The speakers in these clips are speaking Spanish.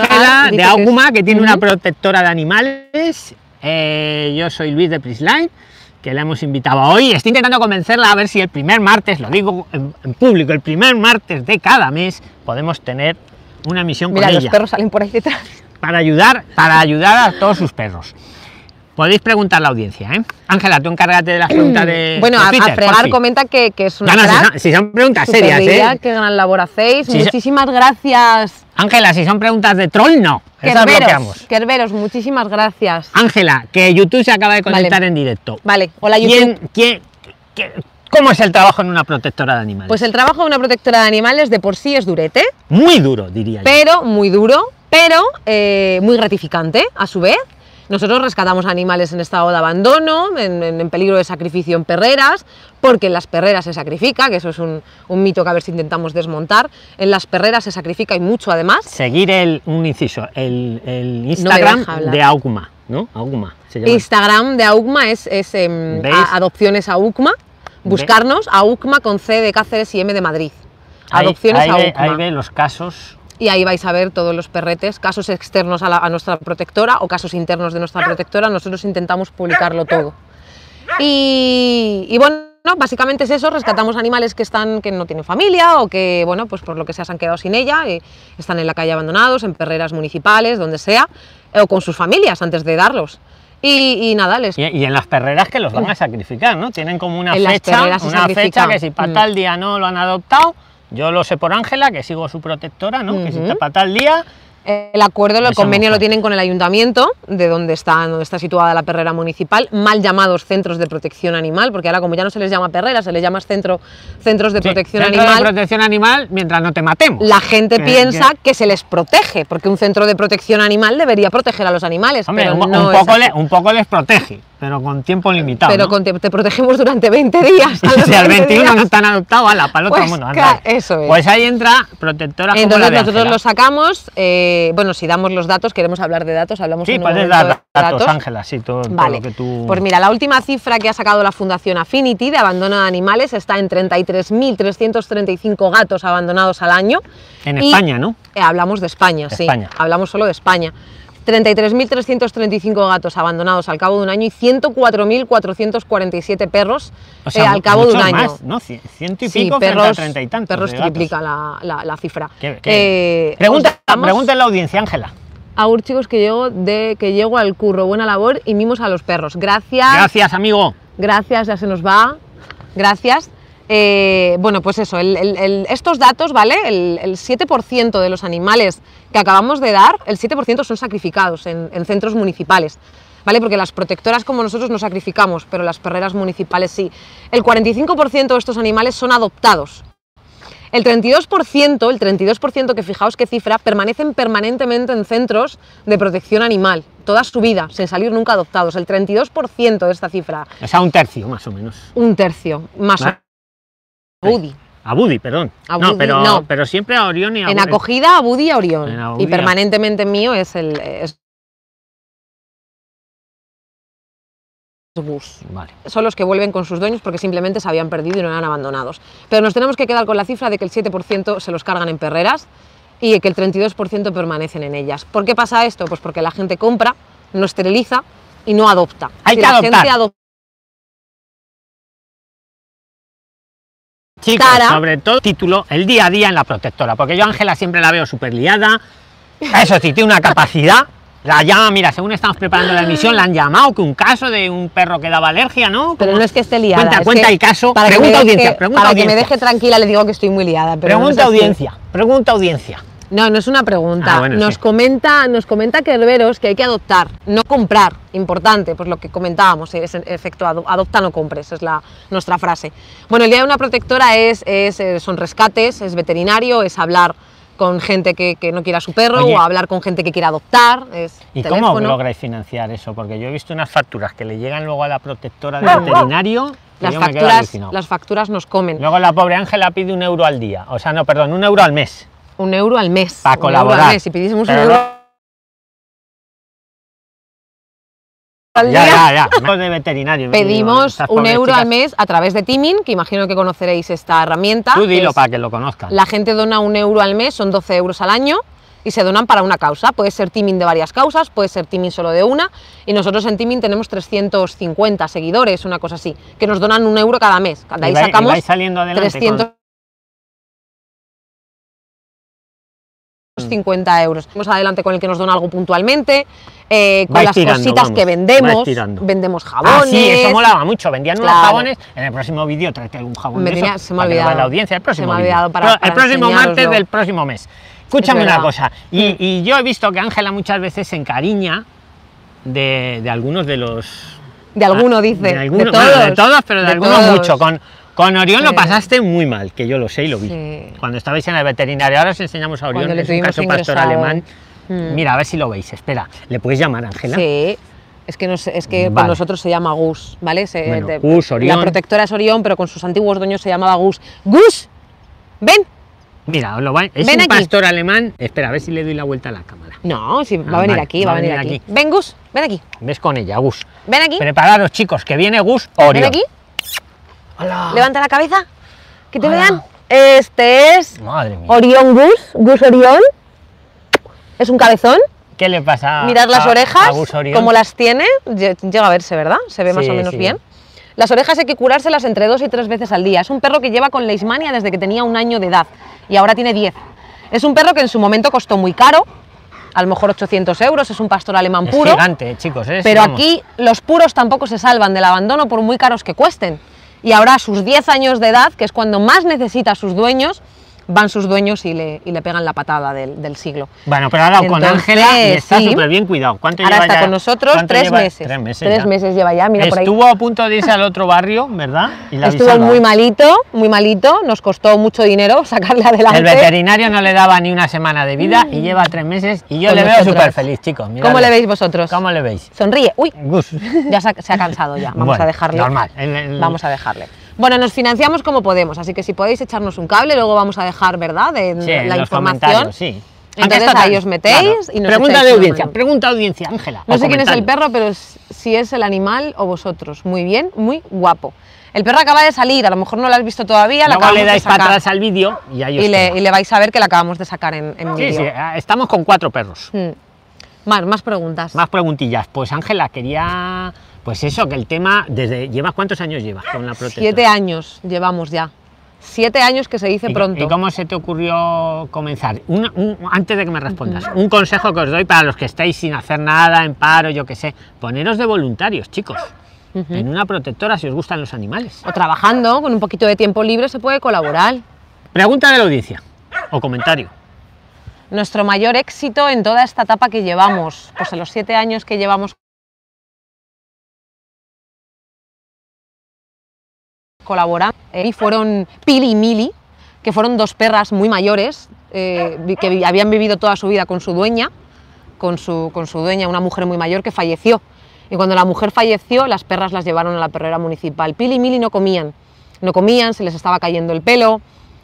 Ángela de dice que es- Auguma, que tiene una Ujú. protectora de animales. Eh, yo soy Luis de Prisline, que la hemos invitado hoy. Estoy intentando convencerla a ver si el primer martes, lo digo en, en público, el primer martes de cada mes podemos tener una misión Mira, con los ella perros salen por ahí detrás. para ayudar, para ayudar a todos sus perros. Podéis preguntar a la audiencia, ¿eh? Ángela, tú encárgate de las preguntas de. bueno, de a, a Twitter, Fregar porfi. comenta que, que es una Ya no, si crack, son- si son preguntas súper serias, bella, ¿eh? qué gran labor hacéis. Sí, sí. muchísimas gracias, Ángela, si son preguntas de troll, no. Esas bloqueamos. Kerberos. Kerberos, muchísimas Ah, gracias. Ángela, que YouTube se acaba de conectar en directo. Vale, hola YouTube. ¿Quién, quién- qué- ¿Cómo es el trabajo en una protectora de animales? Pues el trabajo de una protectora de animales de por sí es durete, Muy duro, diría yo. pero muy duro, pero eh, muy gratificante a su vez. Nosotros rescatamos animales en estado de abandono, en, en- en peligro de sacrificio en perreras, porque en las perreras se sacrifica, que eso es un, un mito que a ver si intentamos desmontar. En las perreras se sacrifica y mucho además. Seguir el, un inciso, el, el Instagram deja hablar. de Auguma, ¿no? Auguma se llama. Instagram de AUCMA es, es, em, ¿Veis? a- Adopciones AUCMA. Buscarnos AUCMA con C de Cáceres y M de Madrid. Ahí- Adopciones ahí, ve- AUCMA. ahí ve los casos y ahí vais a ver todos los perretes, casos externos a, la- a nuestra protectora o casos internos de nuestra protectora, nosotros intentamos publicarlo todo. Y, y bueno, básicamente es eso, rescatamos animales que están que no tienen familia o que, bueno, pues por lo que sea se han quedado sin ella, y están en la calle abandonados, en perreras municipales, donde sea, eh, o con sus familias antes de darlos. Y, y nada, les Y, y en las perreras que los van a sacrificar, ¿no? Tienen como una En las fecha, perreras se una fecha sacrifica. que si para Mm. tal día no lo han adoptado, yo lo sé por Ángela, que sigo su protectora, ¿no? Que si Ujú. para tal día, El acuerdo, el Esa convenio mujer. lo tienen con el ayuntamiento, de donde está, donde está situada la perrera municipal, mal llamados centros de protección animal, porque ahora como ya no se les llama perrera, se les llama centro, centros de sí, protección centro animal, de protección Eh, animal, mientras no te matemos. la gente Que- piensa que se les protege, porque un centro de protección animal debería proteger a los animales, Pues Hombre, pero un, un no es poco así. le- un poco les protege, pero con tiempo limitado. Pero ¿no? con- te, te protegemos durante 20 días. hasta los si al 20 21 días. no están adoptados, a la palota Pues mundo. ca- anda. eso es. Pues ahí entra protectora como la Entonces de nosotros Ángela. los sacamos, eh, bueno, si damos los datos, queremos hablar de datos, hablamos Sí, en un puedes momento de dar datos, Ángela, sí, todo, todo Vale, lo que tú... pues mira, la última cifra que ha sacado la Fundación Affinity de abandono de animales está en 33.335 gatos abandonados al año. en y- España, ¿no? Eh, hablamos de España, De sí, España. hablamos solo de España. 33.335 gatos abandonados al cabo de un año y 104.447 perros O sea, eh, al cabo de un muchos año. más, ¿no? Cien- Ciento y Sí, pico frente a perros, treinta y tantos perros de gatos. triplica la, la- la cifra. Qué- qué- Eh, os pregunta, damos- pregunta a la audiencia, Ángela. Aur, chicos, que llego, de, que llego al curro. Buena labor y mimos a los perros. Ah. Gracias, amigo. Gracias, ya se nos va. Gracias. Eh, bueno, pues eso, el- el- el- estos datos, ¿vale? El, el 7% de los animales que acabamos de dar, el 7% son sacrificados en, en centros municipales, ¿vale? Porque las protectoras como nosotros no sacrificamos, pero las perreras municipales sí. El 45% de estos animales son adoptados. El 32%, el 32% que fijaos qué cifra, permanecen permanentemente en centros de protección animal, toda su vida, sin salir nunca adoptados. El 32% de esta cifra O sea, un tercio, más o menos. un tercio más Ma- a Budi. A Buddy, perdón. A no, Buddy, pero, no. pero siempre a Orión y a En Buddy. acogida a Budi y a En ah. Orión. Abudi Y a- permanentemente mío es el es- bus. Vale. Son los que vuelven con sus dueños porque simplemente se habían perdido y no eran abandonados. Pero nos tenemos que quedar con la cifra de que el 7% se los cargan en perreras y que el 32% permanecen en ellas. ¿Por qué pasa esto? Pues porque la gente compra, no esteriliza y no adopta. Hay que la adoptar. gente adop- Chicos, Tara. sobre todo, título, el día a día en la protectora. Porque yo a Ángela siempre la veo súper liada. Eso sí, tiene una capacidad. La llama, mira, según estamos preparando la emisión, la han llamado que un caso de un perro que daba alergia, ¿no? Pero no es que esté liada. Cuenta, es cuenta que el caso. Para, que me, Pregunta deje, audiencia, pregunta para que me audiencia. deje tranquila le digo que estoy muy liada. Pero no es Pregunta así. audiencia, pregunta audiencia. No, no es una pregunta. Ah, bueno, nos, sí. comenta, nos comenta Kerberos que hay que adoptar, no comprar. Importante, pues lo que comentábamos, es en efecto ado- adopta, no compres, es la, nuestra frase. Bueno, el día de una protectora es, es, eh, son rescates, es veterinario, es hablar con gente que, que no quiera a su perro Oye. o hablar con gente que quiera adoptar, es ¿Y teléfono. cómo lográis financiar eso? Porque yo he visto unas facturas que le llegan luego a la protectora del veterinario. y las, yo me quedo facturas, alucinado. las facturas nos comen. Luego la pobre Ángela pide un euro al día. O sea, no, perdón, un euro al mes Un euro al mes. para un euro al colaborar. mes. Si pidiésemos un Pero euro no- al Ya, día, ya, ya. Los de veterinario. digo, Pedimos estas un pobres euro chicas. al mes a través de Timin, que imagino que conoceréis esta herramienta. Tú que dilo es- para que lo conozcan. La gente dona un euro al mes, son 12 euros al año. y se donan para una causa. Puede ser teaming de varias causas, puede ser teaming solo de una. Y nosotros en teaming tenemos 350 seguidores, una cosa así, que nos donan un euro cada mes. De ahí Y vai- y sacamos vais saliendo adelante con- 350 euros. Vamos adelante con el que nos dona algo puntualmente, eh, con Vais las tirando, cositas vamos, que vendemos, vais tirando. vendemos jabones. Ah, sí, eso molaba mucho. Vendían unos Claro. jabones. En el próximo vídeo traete algún jabón. Me de tenía- esos se me ha para que lo vea olvidado. La audiencia, el Se próximo me ha vídeo. olvidado para- Pero el para próximo martes enseñároslo. del próximo mes. Escúchame Es una verdad. cosa. Y, y yo he visto que Ángela muchas veces se encariña de, de algunos de los. De alguno, dice. Ah, De, De, algunos, todos. bueno, de todos, pero de, algunos todos. mucho. Con, con Orión lo Sí. pasaste muy mal, que yo lo sé y lo vi. Sí. Cuando estabais en el veterinario, ahora os enseñamos a Orión, Cuando le es un tuvimos caso pastor ingresado. alemán. Mm. Mira, a ver si lo veis. Espera, ¿le puedes llamar, Ángela? Sí. Es que, nos- es que Vale. con nosotros se llama Gus, ¿vale? Se- Bueno, de- Gus, Orión. La protectora es Orión, pero con sus antiguos dueños se llamaba Gus. ¡Gus! ¡Ven! Mira, os lo va- es Ven un aquí. pastor alemán. Espera, a ver si le doy la vuelta a la cámara. No, sí, va Ah, a venir vale, aquí, va a venir, aquí. Ven, Gus, ven aquí. Ves con ella, Gus. Ven aquí. Preparados, chicos, que viene Gus ven Orión. aquí. Hola. Levanta la cabeza. Que te Hola. vean. Este es Madre mía. Orión Gus, Gus Orión. Es un cabezón. ¿Qué le pasa? a- Mirad las a- orejas, a Gus Orión? como las tiene. Lle- Llega a verse, ¿verdad? Se ve más Sí, o menos sí. bien. Las orejas hay que curárselas entre dos y tres veces al día. Es un perro que lleva con leishmania desde que tenía un año de edad y ahora tiene 10. Es un perro que en su momento costó muy caro, a lo mejor 800 euros. Es un pastor alemán Es puro. gigante, chicos. es, Pero vamos, aquí los puros tampoco se salvan del abandono por muy caros que cuesten. Y ahora a sus 10 años de edad, que es cuando más necesita a sus dueños, van sus dueños y le, y le pegan la patada del, del siglo. Bueno, pero ahora con Entonces, Ángela y está sí. súper bien cuidado. ¿Cuánto Ahora lleva está ya- con nosotros cuánto tres lleva? meses. Tres meses. ya. lleva ya, mira por ahí. Estuvo a punto de irse al otro barrio, ¿verdad? Y la Estuvo avisaron. muy malito, muy malito, nos costó mucho dinero sacarle El adelante. veterinario no le daba ni una semana de vida y lleva tres meses y yo Mm. Con le veo nosotros. súper feliz, chicos. miradle. ¿Cómo le veis vosotros? ¿Cómo le veis? Sonríe. Uy, Gus. ya se ha, se ha cansado ya, vamos Bueno, a dejarle. Normal. El- el- Vamos a dejarle. Bueno, nos financiamos como podemos, así que si podéis echarnos un cable, luego vamos a dejar, ¿verdad?, de Sí, en la los información. comentarios, sí. Entonces, Aquí está ahí tan- os metéis y nos Pregunta echáis de una audiencia, mano. pregunta de audiencia, Ángela. No o sé quién es el comentario. perro, pero s- si es el animal o vosotros. Muy bien, muy guapo. El perro acaba de salir, a lo mejor no lo has visto todavía, la Luego acabamos le de dais para sacar. atrás al vídeo y ahí os y le, queda. y le vais a ver que la acabamos de sacar en, en Sí, sí, vídeo. ah, estamos con cuatro perros. Mm. Más, más preguntas. Más preguntillas. Pues Ángela, quería... Pues eso, que el tema... desde ¿Llevas cuántos años llevas con la protectora? Siete años llevamos ya. Siete años que se dice ¿Y- pronto. ¿Y cómo se te ocurrió comenzar? Una- un- antes de que me respondas, un consejo que os doy para los que estáis sin hacer nada, en paro, yo qué sé. Poneros de voluntarios, chicos. Ujú. En una protectora si os gustan los animales. O trabajando, con un poquito de tiempo libre se puede colaborar. Pregunta de la audiencia o comentario. Nuestro mayor éxito en toda esta etapa que llevamos, pues en los siete años que llevamos colaborando, eh, y fueron Pili y Mili, que fueron dos perras muy mayores, eh, vi- que vi- habían vivido toda su vida con su dueña, con su, con su dueña, una mujer muy mayor que falleció. Y cuando la mujer falleció, las perras las llevaron a la perrera municipal. Pili y Mili no comían, no comían, se les estaba cayendo el pelo,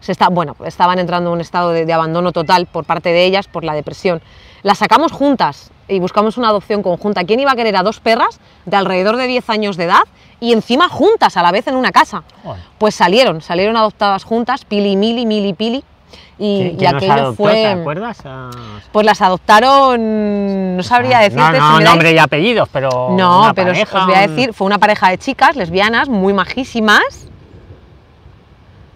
se está, bueno, estaban entrando en un estado de, de abandono total por parte de ellas por la depresión. Las sacamos juntas y buscamos una adopción conjunta. ¿Quién iba a querer a dos perras de alrededor de 10 años de edad y encima juntas a la vez en una casa? Joder. Pues salieron, salieron adoptadas juntas, Pili, y Mili, Mili, y Pili. Y, y ¿Quién- quién os aquello adoptó, fue. ¿Te acuerdas? Ah, Pues las adoptaron, no sabría ah, decirte si No, no, me dais- nombre y apellidos, pero. No, una pero os- pareja, os voy a un- decir, fue una pareja de chicas lesbianas muy majísimas.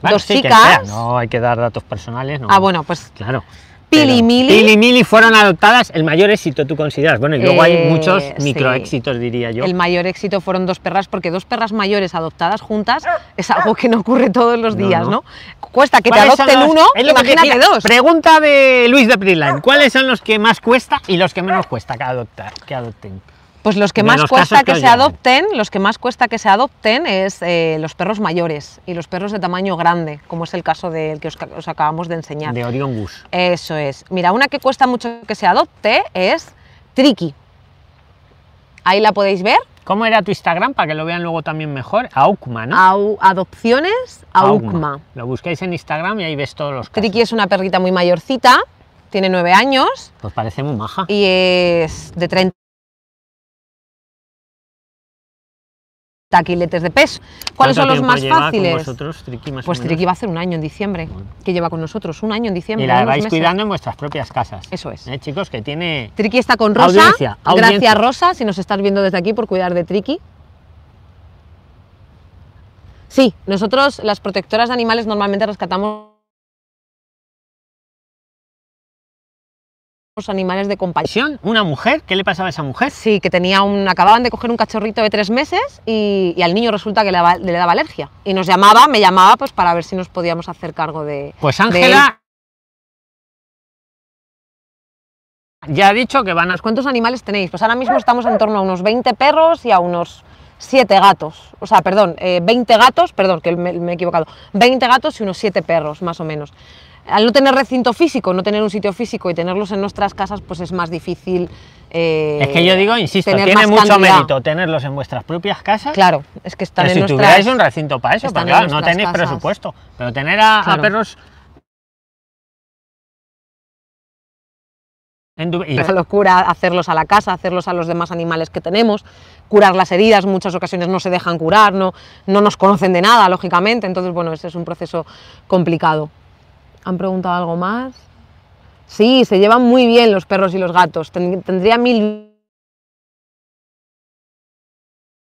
Bueno, dos sí, que chicas. espera, no hay que dar datos personales. No. Ah, bueno, pues Claro. Pili y Pero Mili. Pili y Mili fueron adoptadas. El mayor éxito, tú consideras. Bueno, y luego hay Eh, muchos sí. microéxitos, diría yo. el mayor éxito fueron dos perras, porque dos perras mayores adoptadas juntas es algo que no ocurre todos los No, días, no. ¿no? Cuesta que te ¿Cuáles son adopten los- uno, es lo que te imagínate decía. dos. Pregunta de Luis de Prisline. ¿Cuáles son los que más cuesta y los que menos cuesta que, adoptar, que adopten? Pues los que de más los cuesta casos que que, os se llegan. adopten, los que más cuesta que se adopten es eh, los perros mayores y los perros de tamaño grande, como es el caso del que os, ca- os acabamos de enseñar. De Orion Gus. Eso es. Mira, una que cuesta mucho que se adopte es Triki. Ahí la podéis ver. ¿Cómo era tu Instagram para que lo vean luego también mejor? Aukma, ¿no? Au- adopciones Aukma. Lo buscáis en Instagram y ahí ves todos los casos. Triki es una perrita muy mayorcita, tiene nueve años Pues parece muy maja. y es de 30 taquiletes de peso. ¿Cuáles son ¿Cuánto los tiempo más lleva con fáciles? vosotros, Triki, más o Pues menos? Triki va a hacer un año en diciembre, que lleva con nosotros, un año en diciembre. Y la unos vais meses. cuidando en vuestras propias casas. Eso es. ¿Eh, chicos, que tiene. Triki está con Rosa. Audiencia, audiencia. Gracias, Rosa, si nos estás viendo desde aquí por cuidar de Triki. Sí, nosotros, las protectoras de animales, normalmente rescatamos los animales de compañía. Pasión, Una mujer, ¿qué le pasaba a esa mujer? Sí, que tenía un, acababan de coger un cachorrito de tres meses y, y al niño resulta que le daba, le daba alergia. Y nos llamaba, me llamaba, pues para ver si nos podíamos hacer cargo de... Pues Ángela. Ya ha dicho que van a. ¿Pues ¿Cuántos animales tenéis? Pues ahora mismo estamos en torno a unos 20 perros y a unos 7 gatos. O sea, perdón, eh, 20 gatos, perdón, que me, me he equivocado. 20 gatos y unos 7 perros, más o menos. Al no tener recinto físico, no tener un sitio físico y tenerlos en nuestras casas, pues es más difícil. eh, Es que yo digo, insisto, tener tiene más mucho cantidad. mérito tenerlos en vuestras propias casas. Claro, es que están que en si nuestras- tuvierais un recinto para eso, están porque en claro, no nuestras tenéis casas. presupuesto. Pero tener a, a Claro. perros. En Dubái- y- Es una locura hacerlos a la casa, hacerlos a los demás animales que tenemos, curar las heridas, muchas ocasiones no se dejan curar, no, no nos conocen de nada, lógicamente, entonces, bueno, ese es un proceso complicado. ¿Han preguntado algo más? Sí, se llevan muy bien los perros y los gatos, Ten- tendría mil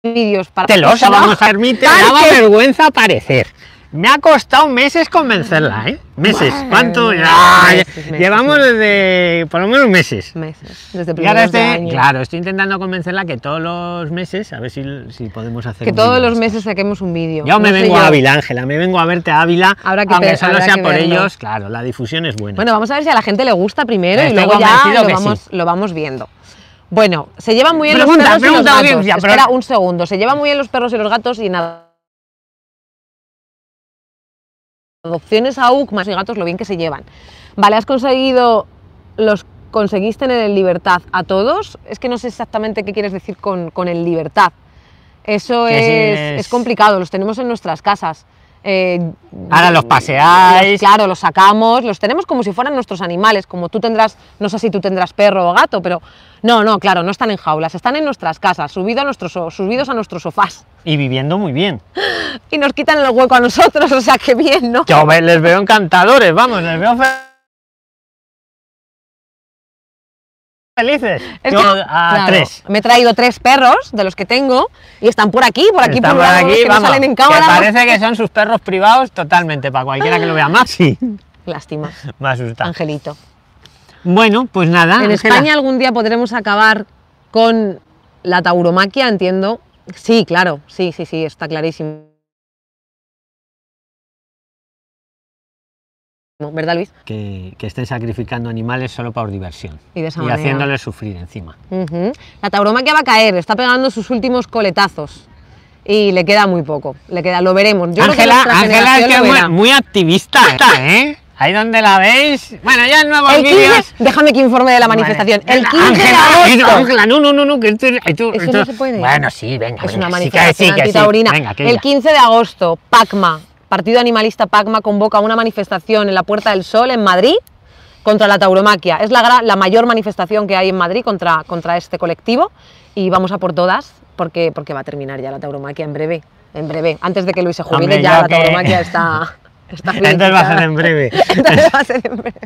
vídeos para... Te lo para- vamos a mí te Tal daba que- vergüenza aparecer. Me ha costado meses convencerla, ¿eh? Meses. Bueno, ¿Cuánto? meses, Ah, meses, meses. Llevamos desde por lo menos meses. Meses, desde Y ahora primeros de este- año. claro, estoy intentando convencerla que todos los meses, a ver si, si podemos hacer. Que un todos vídeo los de meses saquemos un vídeo. estos. Yo me No sé vengo a yo. Ávila, Ángela, me vengo a verte a Ávila. Habrá que aunque pe- solo habrá sea que por verlo. ellos, claro, la difusión es buena. Bueno, vamos a ver si a la gente le gusta primero y Estoy luego ya convencido lo que vamos, sí. lo vamos viendo. Bueno, se llevan muy bien Pregunta, los perros y pregunta, los gatos. audiencia, pero- Espera un segundo. Se llevan muy bien los perros y los gatos y nada. Adopciones a UCMAS y gatos, lo bien que se llevan. Vale, has conseguido. Los conseguiste en el libertad a todos. Es que no sé exactamente qué quieres decir con, con el libertad. Eso Que es, si es es- complicado, los tenemos en nuestras casas. Eh, Ahora los paseáis. los- claro, los sacamos, los tenemos como si fueran nuestros animales, como tú tendrás, no sé si tú tendrás perro o gato, pero no, no, claro, no están en jaulas, están en nuestras casas, subido a nuestros, so- subidos a nuestros sofás. Y viviendo muy bien. Y nos quitan el hueco a nosotros, o sea, que bien, ¿no? Yo ve- les veo encantadores, vamos, les veo fe- felices. Es Yo que- a Claro, tres. Me he traído tres perros de los que tengo y están por aquí, por aquí, Están por por aquí, que no vamos, salen en que cámara. parece que son sus perros privados totalmente, para cualquiera que lo vea más. Sí, Lástima, me asusta. Angelito. Bueno, pues nada. en Ángela. España algún día podremos acabar con la tauromaquia, entiendo. Sí, claro, sí, sí, sí, está clarísimo. ¿Verdad, Luis? que, que estén sacrificando animales solo por diversión Y de esa y manera. haciéndoles sufrir encima. Ujú. La tauromaquia va a caer, está pegando sus últimos coletazos. Y le queda muy poco, le queda, lo veremos. Yo Ángela creo que nuestra Ángela es generación que es lo muy, verá. muy activista, ¿eh? Ahí donde la veis. Bueno, ya en nuevos El 15, vídeos. déjame que informe de la manifestación. Vale. El 15 Ángela, eh, de no, agosto. Ángela, no, no, no, no, que esto, es- esto- Eso no esto- se puede. Bueno, sí, venga. Es venga, una sí, que sí, manifestación que sí. antitaurina. Venga, que el ya. 15 de agosto, PACMA, Partido Animalista PACMA, convoca una manifestación en la Puerta del Sol, en Madrid, contra la tauromaquia. Es la, gra- la mayor manifestación que hay en Madrid contra, contra este colectivo y vamos a por todas porque, porque va a terminar ya la tauromaquia en breve. En breve, antes de que Luis se jubile, Hombre, ya yo la que- tauromaquia está. está Entonces va a ser finiquitada. en breve. Entonces va a ser en breve.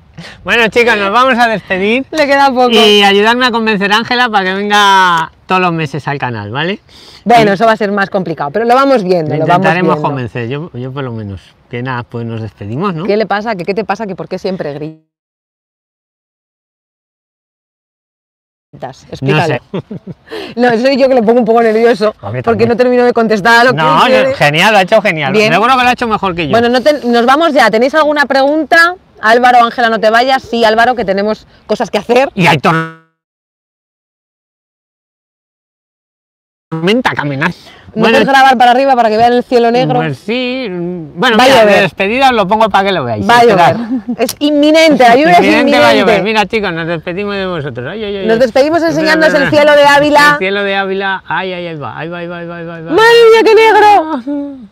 bueno, chicos, nos vamos a despedir Le queda poco. y ayudarme a convencer a Ángela para que venga todos los meses al canal, ¿vale? Bueno, eso va a ser más complicado, pero lo vamos viendo. lo Lo vamos intentaremos viendo. convencer, yo, yo por lo menos. Que nada, pues nos despedimos, ¿no? ¿Qué le pasa? ¿Qué, qué te pasa? ¿Que ¿Por qué siempre gritas? no Explícalo. sé. No, soy yo que lo pongo un poco nervioso A mí porque también. no termino de contestar a lo No, que quiere. no, genial, lo ha hecho genial. Bien. Seguro que lo ha hecho mejor que yo. Bueno, no te- nos vamos ya. ¿Tenéis alguna pregunta? Álvaro, Ángela, no te vayas. Sí, Álvaro, que tenemos cosas que hacer. y hay tor- tormenta caminar. ¿No puedes grabar para arriba para que vean el cielo negro? pues sí. mm, Bueno, Va a mira, llover. de despedida os lo pongo para que lo veáis. va a esperad. llover. Es inminente, la lluvia es Evidente inminente. va a llover. Mira, chicos, nos despedimos de vosotros. Ay, ay, ay, Nos ay. despedimos Espera, enseñándonos espera, el espera. cielo de Ávila. El cielo de Ávila. Ay, ay, ahí va. Ahí va, ahí va, ahí va. Ahí va, ahí va. ¡Madre mía, qué negro!